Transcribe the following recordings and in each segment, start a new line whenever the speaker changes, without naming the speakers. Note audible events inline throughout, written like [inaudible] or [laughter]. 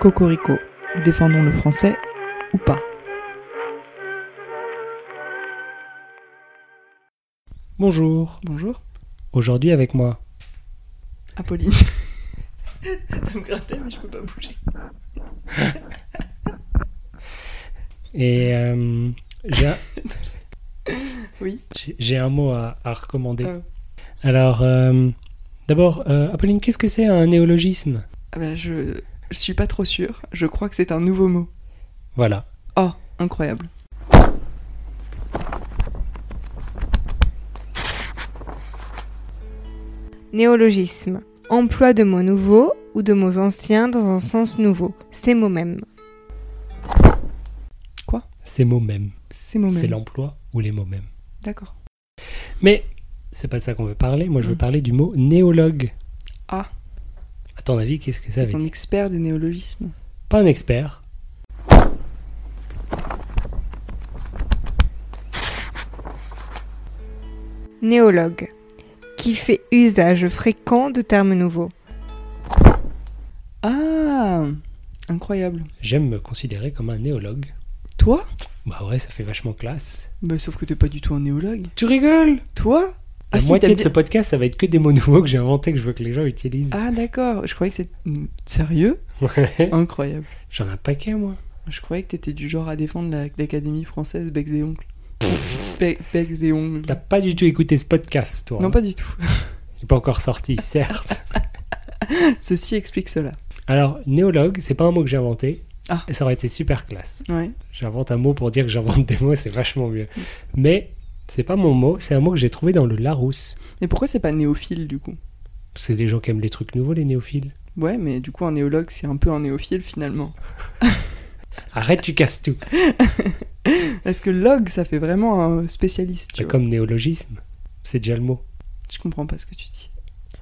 Cocorico, défendons le français ou pas.
Bonjour.
Bonjour,
Aujourd'hui avec moi,
Apolline. [laughs] Ça me grattait, mais je peux pas bouger.
et euh, j'ai [laughs] un-
Oui.
j'ai- j'ai un mot à, à recommander.
Ah.
Alors, euh, d'abord, euh, Apolline, qu'est-ce que c'est un néologisme
Ah bah, je, je suis pas trop sûre. Je crois que c'est un nouveau mot.
Voilà.
Oh, incroyable.
Néologisme. Emploi de mots nouveaux ou de mots anciens dans un sens nouveau. Ces mots mêmes.
Ces mots mêmes.
C'est mon
C'est
même.
l'emploi ou les mots mêmes.
D'accord.
Mais c'est pas de ça qu'on veut parler. Moi, je veux
Mm.
parler du mot néologue.
Ah.
À ton avis, qu'est-ce que ça veut
Un
dire
expert des néologismes.
Pas un expert.
Néologue. Qui fait usage fréquent de termes nouveaux.
Ah, incroyable.
J'aime me considérer comme un néologue.
Toi
Bah ouais, ça fait vachement classe.
bah, Sauf que t'es pas du tout un néologue.
Tu rigoles
Toi Ah
La
si,
moitié
t'as
de
dit-
ce podcast, ça va être que des mots nouveaux que j'ai inventés que je veux que les gens utilisent.
Ah d'accord, je croyais que c'était... Mm, Sérieux
Ouais.
Incroyable.
J'en ai un paquet, moi.
Je croyais que t'étais du genre à défendre la- l'Académie française Becs et Ongles. Be- Becs et
T'as
Ongles.
pas du tout écouté ce podcast, toi.
Non,
hein.
pas du tout. [laughs]
Il n'est pas encore sorti, certes.
Ceci explique cela.
Alors, néologue, c'est pas un mot que j'ai inventé.
Ah.
Ça aurait été super classe.
Ouais.
J'invente un mot pour dire que j'invente des mots, c'est vachement mieux. Mais c'est pas mon mot, c'est un mot que j'ai trouvé dans le Larousse.
Mais pourquoi c'est pas néophile du coup
C'est des gens qui aiment les trucs nouveaux, les néophiles.
Ouais, mais du coup, un néologue, c'est un peu un néophile finalement.
Arrête, tu casses tout.
Parce que log, ça fait vraiment un spécialiste, tu
C'est
vois.
comme néologisme. C'est déjà le mot.
Je comprends pas ce que tu dis.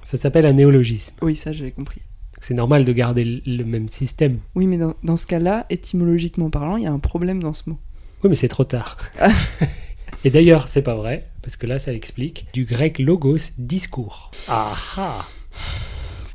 Ça s'appelle un néologisme.
Oui, ça, j'avais compris.
C'est normal de garder le- le même système.
Oui, mais dans, dans ce cas-là, étymologiquement parlant, il y a un problème dans ce mot.
Oui, mais c'est
[laughs]
trop tard. Et d'ailleurs, c'est pas vrai, parce que là, ça l'explique. Du grec logos, discours. Ah ah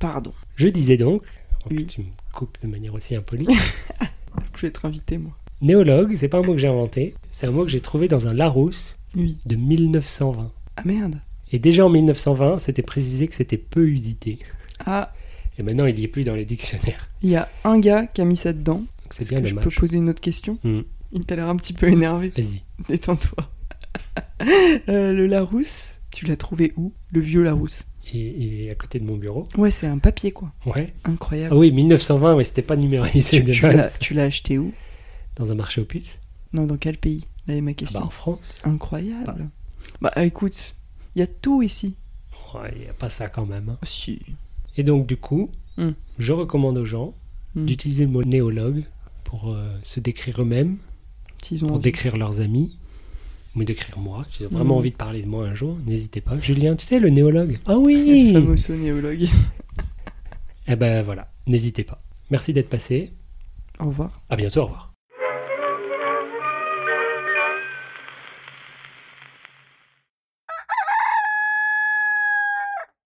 Pardon.
Je disais donc, avant que
Oui.
tu me coupes de manière aussi impolie, [laughs]
Je voulais être invité, moi.
néologue, c'est pas un mot que j'ai inventé, c'est un mot que j'ai trouvé dans un Larousse
Oui.
de 1920.
Ah merde.
Et déjà en 1920, c'était précisé que c'était peu usité.
Ah,
Et maintenant, il n'y est plus dans les dictionnaires.
il y a un gars qui a mis ça dedans.
Donc c'est
Est-ce
bien
que je peux
dommage.
poser une autre question
Hmm.
Il t'a l'air un petit peu énervé. [laughs]
Vas-y.
Détends-toi. Euh, le Larousse, tu l'as trouvé où Le vieux Larousse.
Et il est à côté de mon bureau.
Ouais, c'est un papier, quoi.
Ouais. Ah
Incroyable.
oui, 1920, mais c'était pas numérisé
tu
de
tu l'as
base.
tu l'as acheté où
Dans un marché aux puces.
Non, dans quel pays Là est ma
Ah bah,
question.
en France.
Incroyable. Bah écoute, il y a tout ici. Oh,
Ouais, il n'y a pas ça quand même. hein.
Si.
Et donc, du coup,
Hmm.
je recommande aux gens
Hmm.
d'utiliser le mot néologue pour euh, se décrire eux-mêmes,
S'ils ont
pour
envie.
décrire leurs amis, ou décrire moi. S'ils ont vraiment
Hmm.
envie de parler de moi un jour, n'hésitez pas. Julien, tu sais, le néologue.
[laughs]
Ah
Le
oui
fameux néologue.
Eh ben voilà, n'hésitez pas. Merci d'être passé.
Au revoir.
À bientôt, au revoir.